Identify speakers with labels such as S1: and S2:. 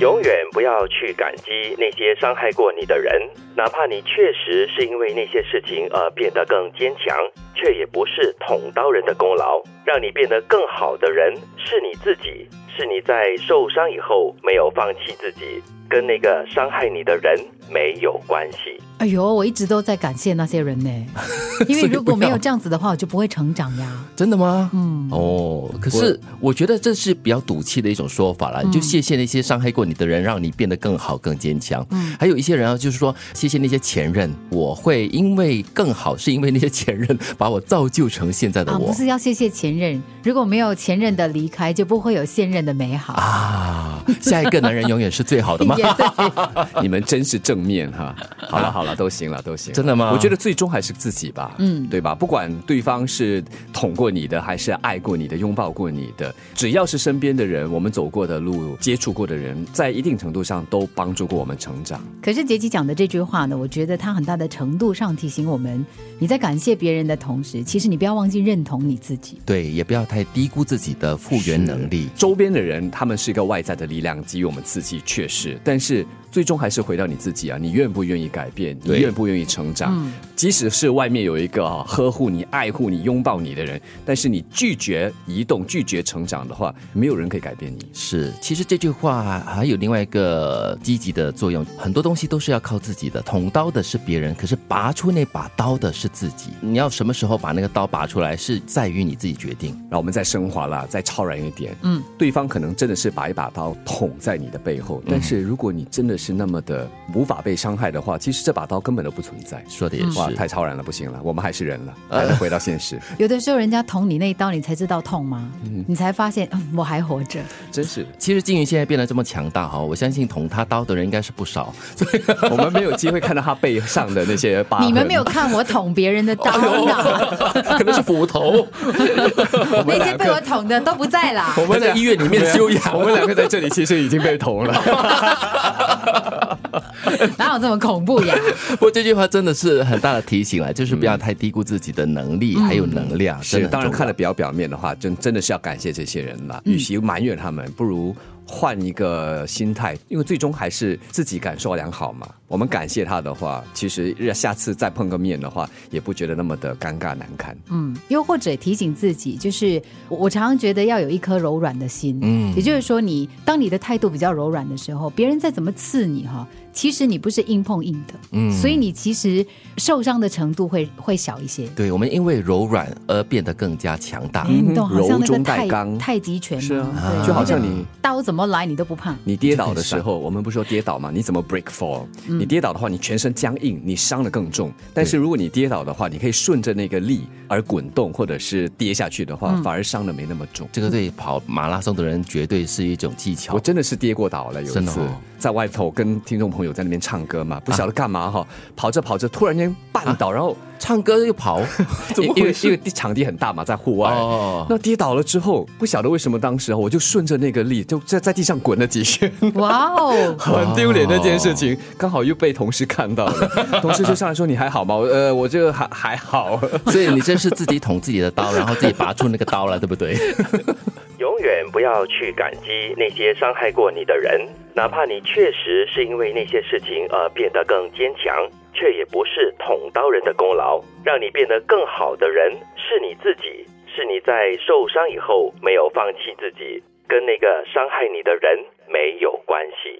S1: 永远不要去感激那些伤害过你的人，哪怕你确实是因为那些事情而变得更坚强，却也不是捅刀人的功劳。让你变得更好的人是你自己，是你在受伤以后没有放弃自己，跟那个伤害你的人没有关系。
S2: 哎呦，我一直都在感谢那些 人呢，因为如果没有这样子的话，我就不会成长呀。
S3: 真的吗？
S2: 嗯，
S3: 哦，可是我嗯觉得这是比较赌气的一种说法啦。你就谢谢那些伤害过你的人，让你变得更好、更坚强。
S2: 嗯
S3: 还有一些人啊，就是说谢谢那些前任，我会因为更好，是因为那些前任把我造就成现在的
S2: 啊，
S3: 呃我
S2: 不是要谢谢前任，如果没有前任的离开，就不会有现任的美好。
S3: 啊。下一个男人永远是最好的吗
S2: 也？对，
S4: 你们真是正面哈！好了好了，都行了都行了，
S3: 啊真的吗
S4: 我觉得最终还是自己吧，
S2: 嗯
S4: 嗯，对吧？不管对方是捅过你的，还是爱过你的、拥抱过你的，只要是身边的人，我们走过的路、接触过的人，在一定程度上都帮助过我们成长。
S2: 可是杰奇讲的这句话呢，我觉得他很大的程度上提醒我们，你在感谢别人的同时，其实你不要忘记认同你自己。
S3: 对，也不要太低估自己的复原能力。
S4: 周边的人，他们是一个外在的力量，给予我们刺激，确实，但是最终还是回到你自己啊，你愿不愿意改变，你
S3: 对嗯
S4: 愿不愿意成长？即使是外面有一个、啊、呵护你、爱护你、拥抱你的人，但是你拒绝移动、拒绝成长的话，没有人可以改变你。
S3: 是，其实这句话还有另外一个积极的作用，很多东西都是要靠自己的。捅刀的是别人，可是拔出那把刀的是自己。你要什么时候把那个刀拔出来，是在于你自己决定。
S4: 然后我们再升华啦，再超然一点，
S2: 嗯
S4: 嗯，对方可能真的是把一把刀捅在
S3: 嗯
S4: 你的背后，但是如果你真的是那么的无法被伤害的话，其实这把刀根本都不存在。
S3: 说的也是，呃
S4: 哇，太超然了，不行了，我们还是人了，还是回到现实，
S2: 有的时候人家捅你那一刀，你才知道痛吗？你才发现， 嗯，我还活着。
S4: 真是。
S3: 其实金鱼现在变得这么强大哈，我相信捅他刀的人应该是不少。
S4: 我们没有机会看到他背上的那些
S3: 啊
S4: 疤痕。
S2: 你们没有看我捅别人的 刀
S3: 哎
S2: 呢？
S3: 可能是斧 头，
S2: 那些被我捅的都不在 啦。
S3: 我们在医院里面 休养。
S4: 我们两个在这里其实已经被捅了。
S2: 哪有这么恐怖呀？
S3: 不过这句话真的是很大的提醒了，就是不要太低估自己的能力、还有能量。真的
S4: 嗯是，
S3: 很
S4: 当然
S3: 重要
S4: 看了比较表面的话，真真的是要感谢这些人了。
S2: 嗯
S4: 与其埋怨他们，不如换一个心态，因为最终还是自己感受良好嘛。我们感谢他的话，其实下次再碰个面的话，也不觉得那么的尴尬难堪。
S2: 嗯，又或者提醒自己，就是我我常常觉得要有一颗柔软的心。嗯，也就是说你，当你的态度比较柔软的时候，别人再怎么刺你哈，其实你不是硬碰硬的，嗯，所以你其实受伤的程度会会小一些。
S3: 对我们因为柔软而变得更加强
S4: 嗯
S3: 大。
S2: 你懂，嗯好像那
S4: 柔
S2: 个
S4: 中带
S2: 太
S4: 刚
S2: 太极拳嘛
S4: 是啊
S2: 对
S4: 就好像你
S2: 刀怎么来你都不 怕。
S4: 你跌倒的时候，我们不是说跌倒嘛？你怎么 break fall？、
S3: 嗯
S4: 你跌倒的话，你全身僵硬，你伤得更重。但是如果你跌倒的话，你可以顺着那个力而滚动，或者是跌下去的话，反而伤得没那么重。
S3: 嗯这个对跑马拉松的人绝对是一种技巧
S4: 我。真的是跌过倒了，有一
S3: 真的
S4: 次、
S3: 哦
S4: 在外头跟听众朋友在那边唱歌嘛，不晓得干嘛
S3: 啊
S4: 哈、跑着跑着突然间绊倒，然后
S3: 唱歌又跑，
S4: 因因为因为地场地很大嘛，在户外。
S3: 哦
S4: 那跌倒了之后，不晓得为什么当时我就顺着那个力，就在在地上滚了几圈，！
S2: 哇哦
S4: 很丢脸那件事情，刚好又被同事看到了，同事就上来说你还好吗？我呃，我这个还还好，
S3: 所以你这是自己捅自己的刀，然后自己拔出那个刀了，对不对？
S1: 永远不要去感激那些伤害过你的人，哪怕你确实是因为那些事情而变得更坚强，却也不是捅刀人的功劳。让你变得更好的人是你自己，是你在受伤以后没有放弃自己，跟那个伤害你的人没有关系。